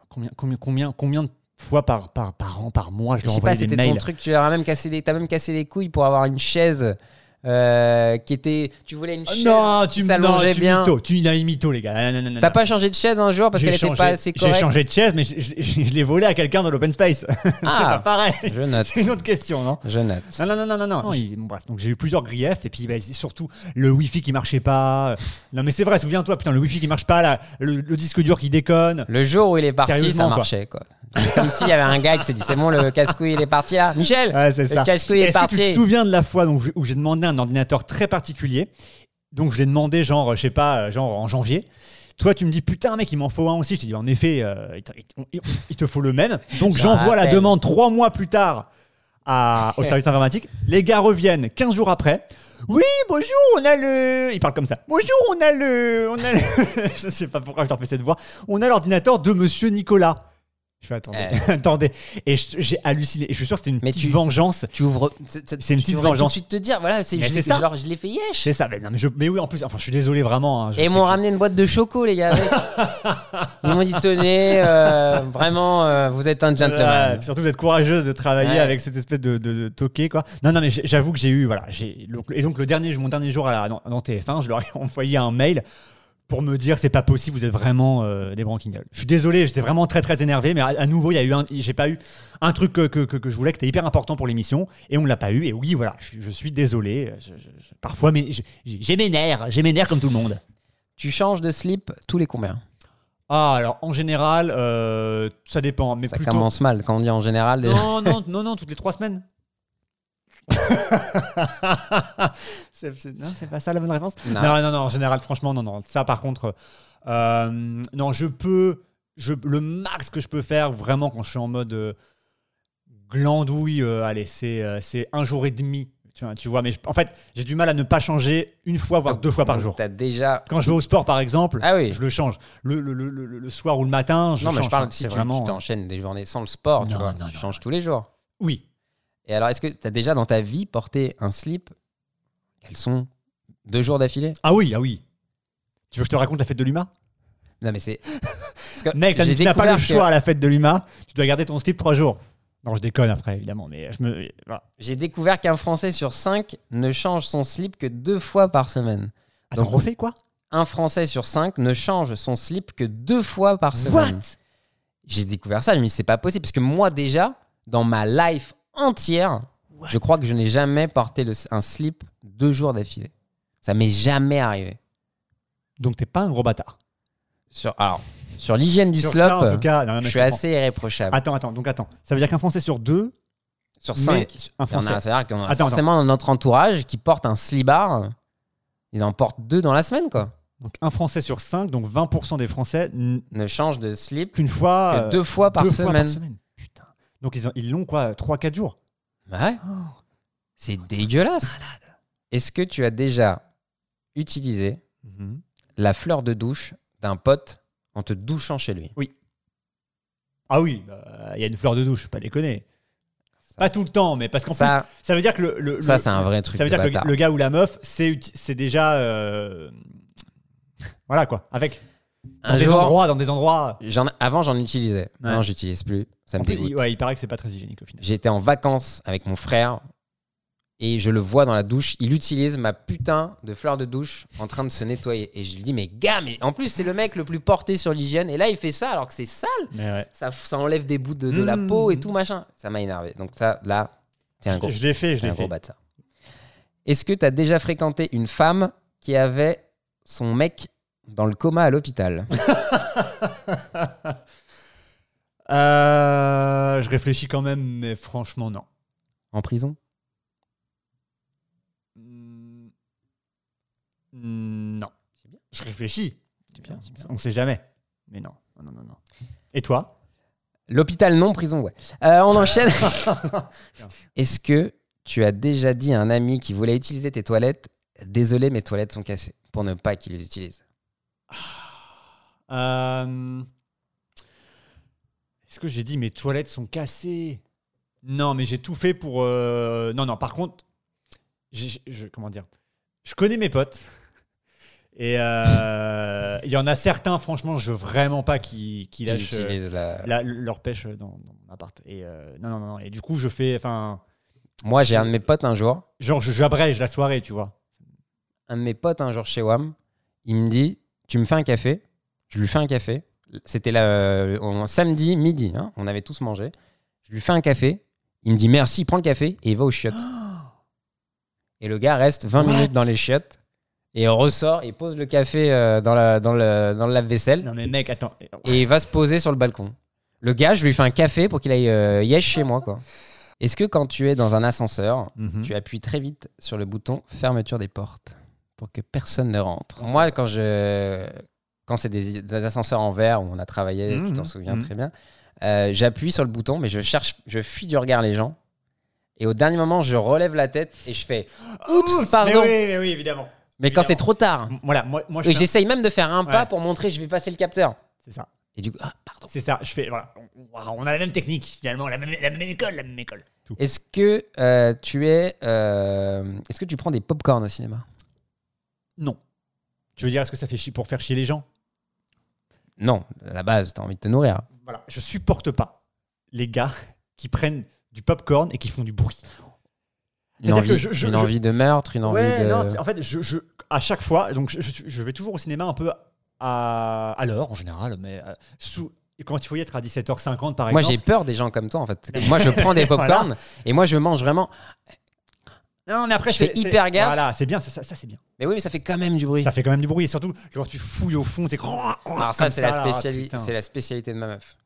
Speaker 3: combien, combien, combien, combien de fois par, par, par an, par mois, je
Speaker 2: je
Speaker 3: leur
Speaker 2: sais pas
Speaker 3: envoyais
Speaker 2: c'était
Speaker 3: des
Speaker 2: ton
Speaker 3: mails.
Speaker 2: truc tu leur as même cassé les t'as même cassé les couilles pour avoir une chaise euh, qui était tu voulais une
Speaker 3: Ah,
Speaker 2: chaise
Speaker 3: non, tu
Speaker 2: qui
Speaker 3: me non,
Speaker 2: s'allongeait
Speaker 3: tu
Speaker 2: bien
Speaker 3: mytho, tu l'as imito, les gars. Non, non, non, non,
Speaker 2: T'as
Speaker 3: non.
Speaker 2: pas changé de chaise un jour parce
Speaker 3: J'ai
Speaker 2: qu'elle était
Speaker 3: changé-
Speaker 2: pas assez
Speaker 3: J'ai
Speaker 2: correcte
Speaker 3: changé de chaise, mais je, je- je- je l'ai volé à quelqu'un dans l'open space. C'est
Speaker 2: Ah.
Speaker 3: pas pareil.
Speaker 2: Je note.
Speaker 3: C'est une autre question, non
Speaker 2: Je note.
Speaker 3: Non, non, non, non, non, non. il- bon, bref, donc j'ai eu plusieurs griefs et puis bah, c'est surtout le wifi qui marchait pas. Euh, Non, mais c'est vrai, souviens-toi, putain, le wifi qui marche pas, la- le, le disque dur qui déconne.
Speaker 2: Le jour où il est parti, ça
Speaker 3: Sérieusement, quoi.
Speaker 2: marchait quoi. C'est Comme s'il y avait un gars qui s'est dit c'est bon le casse-couille il est parti là. Michel,
Speaker 3: Ouais, c'est
Speaker 2: le
Speaker 3: ça.
Speaker 2: casse-couille est,
Speaker 3: Est-ce que tu te
Speaker 2: parti.
Speaker 3: souviens de la fois donc, où j'ai demandé un ordinateur très particulier Donc je l'ai demandé genre, je sais pas, euh, genre en janvier. Toi, tu me dis putain mec, il m'en faut un aussi. Je te dis en effet, euh, il, te, il- il te faut le même. Donc
Speaker 2: Je
Speaker 3: j'envoie la
Speaker 2: rappelle.
Speaker 3: demande trois mois plus tard à- au service informatique. Les gars reviennent 15 jours après. Oui, bonjour, on a le. Il parle comme ça. Bonjour, on a le. On a le... je sais pas pourquoi je leur fais cette voix. On a l'ordinateur de monsieur Nicolas. Je fais attendez. attendez. Et je- j'ai halluciné. Et je suis sûr que c'était une
Speaker 2: Euh. Mais
Speaker 3: petite
Speaker 2: tu-
Speaker 3: vengeance.
Speaker 2: Tu ouvres. C'est
Speaker 3: C'est une petite vengeance.
Speaker 2: Tu te dire, voilà, c'est
Speaker 3: Mais
Speaker 2: je
Speaker 3: c'est
Speaker 2: l'ai-
Speaker 3: ça.
Speaker 2: genre, je l'ai fait yesh.
Speaker 3: C'est ça. Mais, non, mais, je- mais oui, en plus, enfin, je suis désolé vraiment. hein, je
Speaker 2: Et
Speaker 3: sais
Speaker 2: ils m'ont
Speaker 3: que-
Speaker 2: ramené une boîte de choco, les gars. avec. Ils m'ont dit, tenez, euh, vraiment, euh, vous êtes un
Speaker 3: Ouais,
Speaker 2: gentleman.
Speaker 3: puis surtout, vous êtes courageux de travailler
Speaker 2: Ouais.
Speaker 3: avec cette espèce de, de, de toqué, quoi. Non, non, mais j'ai- j'avoue que j'ai eu, voilà, j'ai le- et donc le dernier, mon dernier jour à la- dans, dans TF1, je leur ai envoyé un mail pour me dire c'est pas possible, vous êtes vraiment euh, des branquignoles. Je suis désolé, j'étais vraiment très très énervé, mais à, à nouveau, il y a eu, un- j'ai pas eu un truc que, que, que- que je voulais, qui était hyper important pour l'émission, et on l'a pas eu. Et oui, voilà, je, suis- je suis désolé. euh, Je- je- je- parfois, mais j'ai- j'ai mes nerfs, j'ai mes nerfs comme tout le monde.
Speaker 2: Tu changes de slip tous les combien
Speaker 3: Ah, alors en général, euh, ça dépend, mais
Speaker 2: Ça
Speaker 3: plutôt.
Speaker 2: commence mal quand on dit en général. déjà.
Speaker 3: Non, non, non, non, toutes les trois semaines. c'est, c'est- non, c'est pas ça la bonne réponse.
Speaker 2: Non.
Speaker 3: Non. non, non, en général, franchement, non, non. Ça, par contre, euh, non, je peux, je, le max que je peux faire vraiment quand je suis en mode euh, glandouille, euh, allez, c'est, euh, c'est un jour et demi. Tu vois, tu vois mais je- en fait, j'ai du mal à ne pas changer une fois, voire deux fois par
Speaker 2: Ah, Donc,
Speaker 3: jour.
Speaker 2: T'as déjà.
Speaker 3: Quand je vais au sport, par exemple,
Speaker 2: Ah oui.
Speaker 3: je le change. Le, le, le, le- le soir ou le matin, je
Speaker 2: non, mais je
Speaker 3: change. hein.
Speaker 2: parle si
Speaker 3: C'est
Speaker 2: tu,
Speaker 3: vraiment- euh,
Speaker 2: tu t'enchaînes des journées sans le sport, tu
Speaker 3: Non,
Speaker 2: vois.
Speaker 3: non,
Speaker 2: tu
Speaker 3: non,
Speaker 2: changes tous les jours.
Speaker 3: Oui,
Speaker 2: Et alors, est-ce que t'as déjà dans ta vie porté un slip sont deux jours d'affilée
Speaker 3: Ah oui, ah oui. Tu veux que je te raconte la fête de l'UMA
Speaker 2: Non, mais c'est. Parce que
Speaker 3: Mec, t'as-
Speaker 2: Euh, j'ai
Speaker 3: tu n'as pas
Speaker 2: découvert
Speaker 3: le
Speaker 2: que-
Speaker 3: choix à la fête de l'UMA. Tu dois garder ton slip trois jours. Non, je déconne après, évidemment, mais je me. voilà.
Speaker 2: J'ai découvert qu'un Français sur cinq ne change son slip que deux fois par semaine.
Speaker 3: Attends,
Speaker 2: Donc-
Speaker 3: Ah, refais quoi
Speaker 2: Un Français sur cinq ne change son slip que deux fois par
Speaker 3: What
Speaker 2: semaine. J'ai découvert ça, je me dis, c'est pas possible. Parce que moi, déjà, dans ma life entière,
Speaker 3: What
Speaker 2: je crois que je n'ai jamais porté le- un slip deux jours d'affilée. Ça m'est jamais arrivé.
Speaker 3: Donc t'es pas un gros bâtard.
Speaker 2: Sur, alors, sur l'hygiène du
Speaker 3: Sur
Speaker 2: slop,
Speaker 3: ça, en tout cas, Ah, non, non, mais
Speaker 2: je suis
Speaker 3: comprends.
Speaker 2: assez irréprochable.
Speaker 3: Attends, attends, donc attends. Ça veut dire qu'un Français sur deux.
Speaker 2: sur
Speaker 3: mais-
Speaker 2: cinq.
Speaker 3: Un
Speaker 2: Il y en a-
Speaker 3: Français.
Speaker 2: C'est-à-dire qu'on a
Speaker 3: Attends,
Speaker 2: forcément dans notre entourage qui porte un slibard. Ils en portent deux dans la semaine, quoi.
Speaker 3: Donc un Français sur cinq, donc 20% des Français, n-
Speaker 2: Ne change de slip
Speaker 3: qu'une fois.
Speaker 2: que
Speaker 3: euh,
Speaker 2: deux fois par
Speaker 3: deux fois
Speaker 2: semaine.
Speaker 3: Putain. Donc ils ont- ils l'ont quoi 3-4 jours
Speaker 2: Bah ouais, c'est dégueulasse. Est-ce que tu as déjà utilisé
Speaker 3: Mhm.
Speaker 2: Mm-hmm. la fleur de douche d'un pote en te douchant chez lui
Speaker 3: Ah oui, bah, il y a une fleur de douche, pas déconner.
Speaker 2: Ça-
Speaker 3: Pas tout le temps, mais parce qu'en plus,
Speaker 2: Ça,
Speaker 3: Ça veut dire que le, le-
Speaker 2: ça
Speaker 3: le-
Speaker 2: c'est un vrai truc.
Speaker 3: ça veut
Speaker 2: de
Speaker 3: dire que
Speaker 2: bâtard.
Speaker 3: le, le gars ou la meuf, c'est uti- c'est déjà euh, voilà quoi, avec dans
Speaker 2: un
Speaker 3: des
Speaker 2: jour,
Speaker 3: endroits, dans des endroits.
Speaker 2: j'en- avant j'en utilisais.
Speaker 3: Ouais.
Speaker 2: Maintenant j'utilise plus. Ça me
Speaker 3: En plus,
Speaker 2: dégoûte.
Speaker 3: il, ouais, il paraît que c'est pas très hygiénique au final.
Speaker 2: J'étais en vacances avec mon frère et je le vois dans la douche. Il utilise ma putain de fleur de douche en train de se nettoyer. Et je lui dis, mais gars, mais en plus, c'est le mec le plus porté sur l'hygiène. Et là, il fait ça alors que c'est sale.
Speaker 3: Mais ouais.
Speaker 2: Ça, ça enlève des bouts de, de la
Speaker 3: Mmh.
Speaker 2: peau et tout, machin. Ça m'a énervé. Donc, ça, là, t'es un gros,
Speaker 3: Je l'ai fait, je
Speaker 2: t'es
Speaker 3: l'ai
Speaker 2: un gros
Speaker 3: fait.
Speaker 2: bâtard. Est-ce que t'as déjà fréquenté une femme qui avait son mec dans le coma à l'hôpital
Speaker 3: Euh, je réfléchis quand même, mais franchement non.
Speaker 2: En prison
Speaker 3: Hmm, Non.
Speaker 2: C'est bien.
Speaker 3: Je réfléchis.
Speaker 2: bien, c'est bien.
Speaker 3: On sait jamais. Mais non. Non, non, non, non. Et toi
Speaker 2: L'hôpital, non, prison, ouais. Euh, on enchaîne. Est-ce que tu as déjà dit à un ami qui voulait utiliser tes toilettes Désolé, mes toilettes sont cassées pour ne pas qu'il les utilise.
Speaker 3: Euh, Est-ce que j'ai dit mes toilettes sont cassées Non, mais j'ai tout fait pour. euh, Non, non. Par contre, j'ai- j'ai- je, comment dire Je connais mes potes. Et euh, il y en a certains, franchement, je veux vraiment pas qu'ils
Speaker 2: Qu'ils
Speaker 3: qu'ils lâchent euh,
Speaker 2: utilisent la-
Speaker 3: la- leur pêche dans, dans mon appart. Et euh, non, non, non. Et du coup, je fais, enfin,
Speaker 2: Moi, j'ai un de mes potes un jour,
Speaker 3: genre, je- j'abrège la soirée, tu vois.
Speaker 2: un de mes potes un jour chez WAM, il me dit Tu me fais un café Je lui fais un café. C'était là, euh, on- samedi midi, hein, on avait tous mangé. Je lui fais un café. Il me dit merci, prends le café et il va aux chiottes. Et le gars reste 20
Speaker 3: What
Speaker 2: minutes dans les chiottes et ressort et pose le café euh, dans, la, dans, le, dans le lave-vaisselle.
Speaker 3: Non, mais mec, attends.
Speaker 2: et il va se poser sur le balcon. Le gars, je lui fais un café pour qu'il aille euh, yesh chez moi, quoi. Est-ce que quand tu es dans un ascenseur,
Speaker 3: Mhm.
Speaker 2: tu appuies très vite sur le bouton fermeture des portes pour que personne ne rentre Moi, quand je quand c'est des, des ascenseurs en verre où on a travaillé, tu
Speaker 3: Mhm.
Speaker 2: t'en souviens
Speaker 3: Mhm.
Speaker 2: très bien, euh, j'appuie sur le bouton, mais je cherche, je fuis du regard les gens. Et au dernier moment, je relève la tête et je fais.
Speaker 3: Oups,
Speaker 2: pardon.
Speaker 3: Mais oui, mais oui, évidemment.
Speaker 2: Mais quand
Speaker 3: Évidemment.
Speaker 2: c'est trop tard.
Speaker 3: Voilà, moi, moi je
Speaker 2: Et
Speaker 3: fais un-
Speaker 2: j'essaye même de faire un pas
Speaker 3: Ouais.
Speaker 2: pour montrer je vais passer le capteur.
Speaker 3: C'est ça.
Speaker 2: Et du coup, ah, pardon.
Speaker 3: C'est ça, je fais. Voilà, on on a la même technique, finalement, la même, la même école, la même école. Tout.
Speaker 2: Est-ce que euh, tu es. euh, Est-ce que tu prends des pop-corn au cinéma
Speaker 3: Non. Tu veux dire, est-ce que ça fait chier pour faire chier les gens
Speaker 2: Non, à la base, t'as envie de te nourrir.
Speaker 3: Voilà, je supporte pas les gars qui prennent du popcorn et qui font du bruit.
Speaker 2: Une
Speaker 3: C'est-à-dire
Speaker 2: envie,
Speaker 3: que je- je-
Speaker 2: une
Speaker 3: je-
Speaker 2: envie de meurtre, une envie
Speaker 3: ouais,
Speaker 2: de.
Speaker 3: non, t- en fait, je, je- à chaque fois, donc je, je- je vais toujours au cinéma un peu à, à l'heure en général, mais euh, sous, quand il faut y être à 17h50 par
Speaker 2: moi, j'ai
Speaker 3: exemple.
Speaker 2: peur des gens comme toi, en fait. moi, je prends des pop-corn et moi, je mange vraiment.
Speaker 3: Non, mais après,
Speaker 2: je fais
Speaker 3: c'est- c'est-
Speaker 2: hyper gaffe.
Speaker 3: Voilà, c'est bien, ça, ça- ça, c'est bien.
Speaker 2: Mais oui, mais ça fait quand même du bruit.
Speaker 3: Ça fait quand même du bruit et surtout, genre, tu fouilles au fond, c'est.
Speaker 2: Alors, ça, c'est la, spéciali-
Speaker 3: spécialité.
Speaker 2: c'est la spécialité de ma meuf.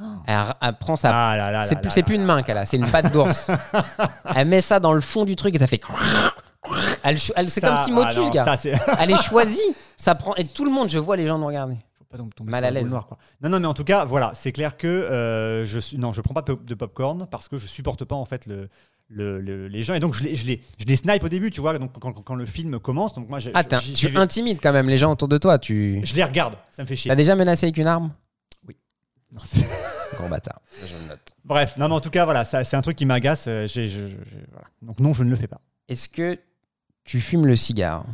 Speaker 3: Oh.
Speaker 2: Elle, elle prend sa
Speaker 3: Ah là là là
Speaker 2: C'est
Speaker 3: là
Speaker 2: plus,
Speaker 3: là
Speaker 2: c'est plus
Speaker 3: là.
Speaker 2: une main qu'elle a, c'est une patte d'ours. elle met ça dans le fond du truc et ça fait. Elle cho- elle- c'est
Speaker 3: Ça,
Speaker 2: comme si
Speaker 3: ah non,
Speaker 2: Motus, gars.
Speaker 3: ça, c'est-
Speaker 2: Elle est choisie. Ça prend et tout le monde, je vois les gens nous regarder.
Speaker 3: Faut pas donc tomber
Speaker 2: Mal
Speaker 3: sur
Speaker 2: à
Speaker 3: la boule
Speaker 2: l'aise.
Speaker 3: noire, quoi. Non, non, mais en tout cas, voilà, c'est clair que euh, je suis- non, je prends pas pop- de popcorn parce que je supporte pas en fait le, le- le- les gens et donc je les, je les, je les snipe au début, tu vois. Donc quand, quand- quand le film commence, donc moi, j'ai-
Speaker 2: Ah, t'es un-
Speaker 3: j'y-
Speaker 2: tu
Speaker 3: j'y vais.
Speaker 2: intimides quand même les gens autour de toi. Tu
Speaker 3: je les regarde, ça me fait chier.
Speaker 2: as déjà menacé avec une arme Ah.
Speaker 3: Non, c'est-
Speaker 2: Gros bâtard. Je le note.
Speaker 3: Bref, non, mais en tout cas, voilà, ça, c'est un truc qui m'agace. euh, j'ai- je- je- je- voilà. Donc non, je ne le fais pas.
Speaker 2: Est-ce que tu fumes le cigare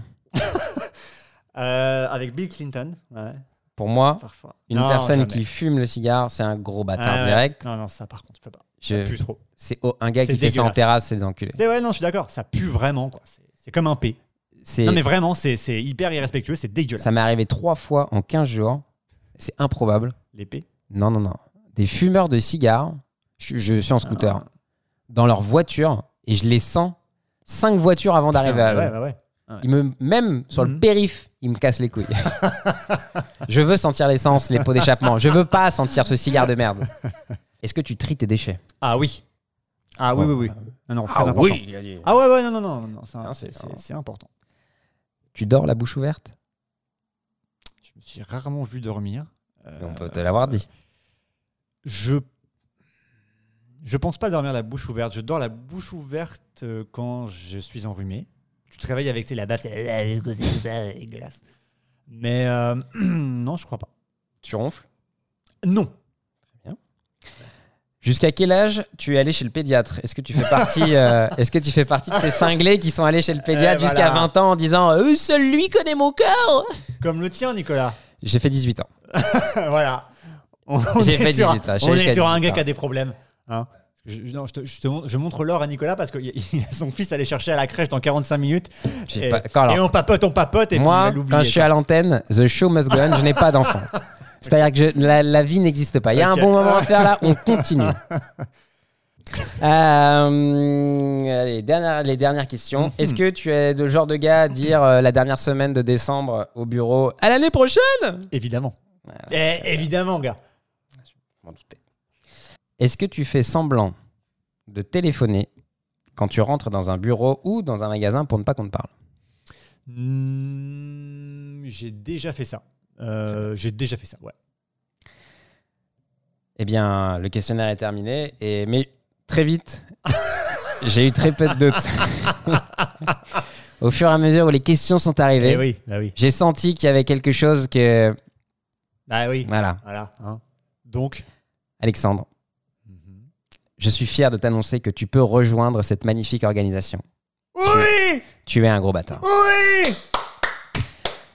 Speaker 3: Euh, avec Bill Clinton, ouais,
Speaker 2: Pour moi,
Speaker 3: parfois.
Speaker 2: une
Speaker 3: Non,
Speaker 2: personne
Speaker 3: jamais.
Speaker 2: qui fume le cigare, c'est un gros
Speaker 3: Ah,
Speaker 2: bâtard
Speaker 3: ouais.
Speaker 2: direct.
Speaker 3: Non, non, ça par contre, je peux pas.
Speaker 2: Je-
Speaker 3: Plus trop.
Speaker 2: C'est oh, un gars
Speaker 3: C'est
Speaker 2: qui fait ça en
Speaker 3: dégueulasse.
Speaker 2: terrasse, c'est des enculés.
Speaker 3: C'est ouais, non, je suis d'accord. Ça pue vraiment, quoi. C'est- C'est comme un P.
Speaker 2: C'est-
Speaker 3: Non, mais vraiment, c'est c'est hyper irrespectueux, c'est dégueulasse.
Speaker 2: ça m'est arrivé trois fois en 15 jours. C'est improbable.
Speaker 3: L'épée.
Speaker 2: Non, non, non. Des fumeurs de cigares, je, je suis en scooter,
Speaker 3: Ah.
Speaker 2: dans leur voiture, et je les sens cinq voitures avant d'arriver à eux.
Speaker 3: Ouais, ouais, ouais.
Speaker 2: Ils me, même sur le
Speaker 3: Mhm.
Speaker 2: périph, ils me cassent les couilles. je veux sentir l'essence, les pots d'échappement. Je veux pas sentir ce cigare de merde. Est-ce que tu tries tes déchets
Speaker 3: Ah oui. Ah oui,
Speaker 2: Bon,
Speaker 3: oui, oui.
Speaker 2: bah,
Speaker 3: Non, non, très important. Ah ouais, ouais, non, non, non, non, c'est un-
Speaker 2: Non,
Speaker 3: c'est
Speaker 2: c'est-
Speaker 3: c'est- c'est important.
Speaker 2: Tu dors la bouche ouverte
Speaker 3: Je me suis rarement vu dormir. Euh,
Speaker 2: On peut te l'avoir dit.
Speaker 3: Je. Je pense pas dormir la bouche ouverte. Je dors la bouche ouverte euh, quand je suis enrhumé. Tu te réveilles avec tu sais, la baffe, c'est c'est dégueulasse. Mais euh, non, je crois pas.
Speaker 2: Tu ronfles
Speaker 3: Non.
Speaker 2: Jusqu'à quel âge tu es allé chez le pédiatre Est-ce que tu fais partie euh, Est-ce que tu fais partie de ces cinglés qui sont allés chez le pédiatre
Speaker 3: Eh, voilà.
Speaker 2: jusqu'à 20 ans en disant euh, seul lui connaît mon corps
Speaker 3: Comme le tien, Nicolas.
Speaker 2: J'ai fait 18 ans.
Speaker 3: voilà. On,
Speaker 2: J'ai
Speaker 3: est
Speaker 2: fait
Speaker 3: sur,
Speaker 2: 18, hein. J'ai-
Speaker 3: on
Speaker 2: j'ai
Speaker 3: est sur un
Speaker 2: 18,
Speaker 3: gars qui
Speaker 2: hein.
Speaker 3: a des problèmes. hein. Je, je- non, je te- je te mon- je montre l'or à Nicolas parce que y a- il a son fils allait chercher à la crèche dans 45 minutes.
Speaker 2: J'ai
Speaker 3: Et,
Speaker 2: pas- quand alors,
Speaker 3: et on papote, on papote. Et
Speaker 2: moi,
Speaker 3: puis il va l'oublier,
Speaker 2: quand je suis
Speaker 3: quoi.
Speaker 2: à l'antenne, the show must go on, je n'ai pas d'enfant. C'est-à-dire que je- la, la vie n'existe pas. Il y a
Speaker 3: Ok.
Speaker 2: un bon moment à faire là, on continue. Euh, allez, dernière- les dernières questions. Est-ce que tu es le genre de gars à dire euh, la dernière semaine de décembre au bureau à l'année prochaine
Speaker 3: Évidemment. Eh, évidemment, gars.
Speaker 2: Je m'en doutais. Est-ce que tu fais semblant de téléphoner quand tu rentres dans un bureau ou dans un magasin pour ne pas qu'on te parle
Speaker 3: Hmm, J'ai déjà fait ça. Euh, J'ai déjà fait ça, ouais.
Speaker 2: Eh bien, le questionnaire est terminé, et... mais très vite, j'ai eu très peu de doutes. Au fur et à mesure où les questions sont arrivées,
Speaker 3: Eh oui, bah oui.
Speaker 2: j'ai senti qu'il y avait quelque chose que...
Speaker 3: Bah oui.
Speaker 2: Voilà,
Speaker 3: Voilà. hein. Donc. mhm.
Speaker 2: Alexandre, je suis fier de t'annoncer que tu peux rejoindre cette magnifique organisation.
Speaker 3: Oui
Speaker 2: Tu es un gros bâtard.
Speaker 3: Oui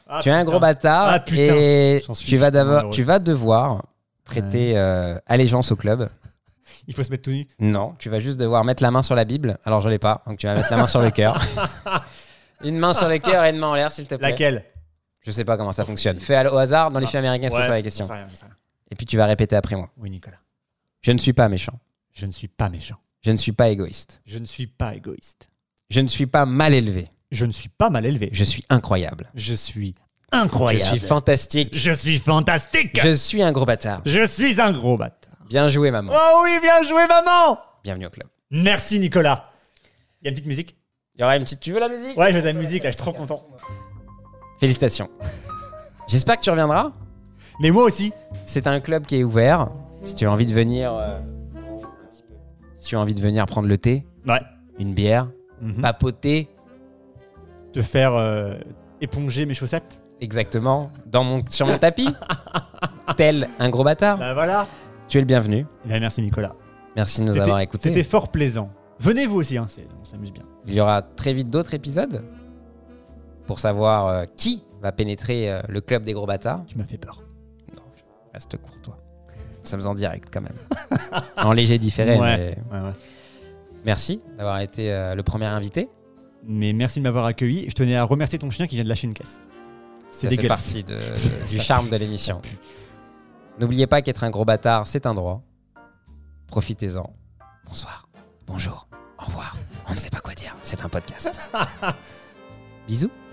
Speaker 3: Ah,
Speaker 2: tu es un
Speaker 3: putain.
Speaker 2: gros bâtard
Speaker 3: Ah, putain.
Speaker 2: et
Speaker 3: J'en suis
Speaker 2: tu vas, d'avoir-
Speaker 3: malheureux.
Speaker 2: tu vas devoir prêter euh, allégeance au club.
Speaker 3: Il faut se mettre tout nu.
Speaker 2: Non, tu vas juste devoir mettre la main sur la Bible. Alors je l'ai pas, donc tu vas mettre la main sur le cœur. une main sur le cœur et une main en l'air, s'il te plaît.
Speaker 3: Laquelle
Speaker 2: Je sais pas comment ça fonctionne. Fais à- au hasard dans les
Speaker 3: Ah,
Speaker 2: films américains, c'est
Speaker 3: Ouais,
Speaker 2: ça la
Speaker 3: j'en
Speaker 2: question.
Speaker 3: sais rien, j'en sais rien.
Speaker 2: Et puis tu vas répéter après moi.
Speaker 3: Oui, Nicolas.
Speaker 2: Je ne suis pas méchant.
Speaker 3: Je ne suis pas méchant.
Speaker 2: Je ne suis pas égoïste.
Speaker 3: Je ne suis pas égoïste.
Speaker 2: Je ne suis pas mal élevé.
Speaker 3: Je ne suis pas mal élevé.
Speaker 2: Je suis incroyable.
Speaker 3: Je suis
Speaker 2: Je
Speaker 3: incroyable.
Speaker 2: suis fantastique.
Speaker 3: Je suis fantastique. Je...
Speaker 2: Je suis un gros bâtard.
Speaker 3: suis un gros bâtard.
Speaker 2: Bien joué, maman.
Speaker 3: Oh oui, bien joué, maman.
Speaker 2: Bienvenue au club.
Speaker 3: Merci, Nicolas. Il y a une petite musique
Speaker 2: Il y aura une petite. Tu veux la musique
Speaker 3: Ouais, j'ai de la musique là, je suis trop content.
Speaker 2: Félicitations. J'espère que tu reviendras.
Speaker 3: Mais moi aussi.
Speaker 2: C'est un club qui est ouvert. Si tu as envie de venir, euh, si tu as envie de venir prendre le thé,
Speaker 3: Ouais.
Speaker 2: une bière,
Speaker 3: Mhm.
Speaker 2: papoter,
Speaker 3: Te faire euh, éponger mes chaussettes.
Speaker 2: exactement dans mon, sur mon tapis, tel un gros bâtard.
Speaker 3: Bah voilà.
Speaker 2: Tu es le bienvenu.
Speaker 3: Eh bien, merci Nicolas.
Speaker 2: Merci de nous
Speaker 3: C'était-
Speaker 2: avoir
Speaker 3: C'était
Speaker 2: écoutés.
Speaker 3: fort plaisant. Venez vous aussi, hein, c'est- on s'amuse bien.
Speaker 2: Il y aura très vite d'autres épisodes pour savoir euh, qui va pénétrer euh, le club des gros bâtards.
Speaker 3: Tu m'as fait peur.
Speaker 2: Non, je reste courtois. Nous sommes en direct quand même. en léger différé.
Speaker 3: Ouais.
Speaker 2: mais
Speaker 3: Ouais, ouais.
Speaker 2: Merci d'avoir été euh, le premier invité.
Speaker 3: Mais merci de m'avoir accueilli. Je tenais à remercier ton chien qui vient de lâcher une caisse. C'est
Speaker 2: Ça fait
Speaker 3: dégueulasse.
Speaker 2: partie de-
Speaker 3: Ça
Speaker 2: du
Speaker 3: pue.
Speaker 2: charme de l'émission. N'oubliez pas qu'être un gros bâtard, c'est un droit. Profitez-en. Bonsoir. Bonjour. Au revoir. On ne sait pas quoi dire. C'est un podcast. Bisous.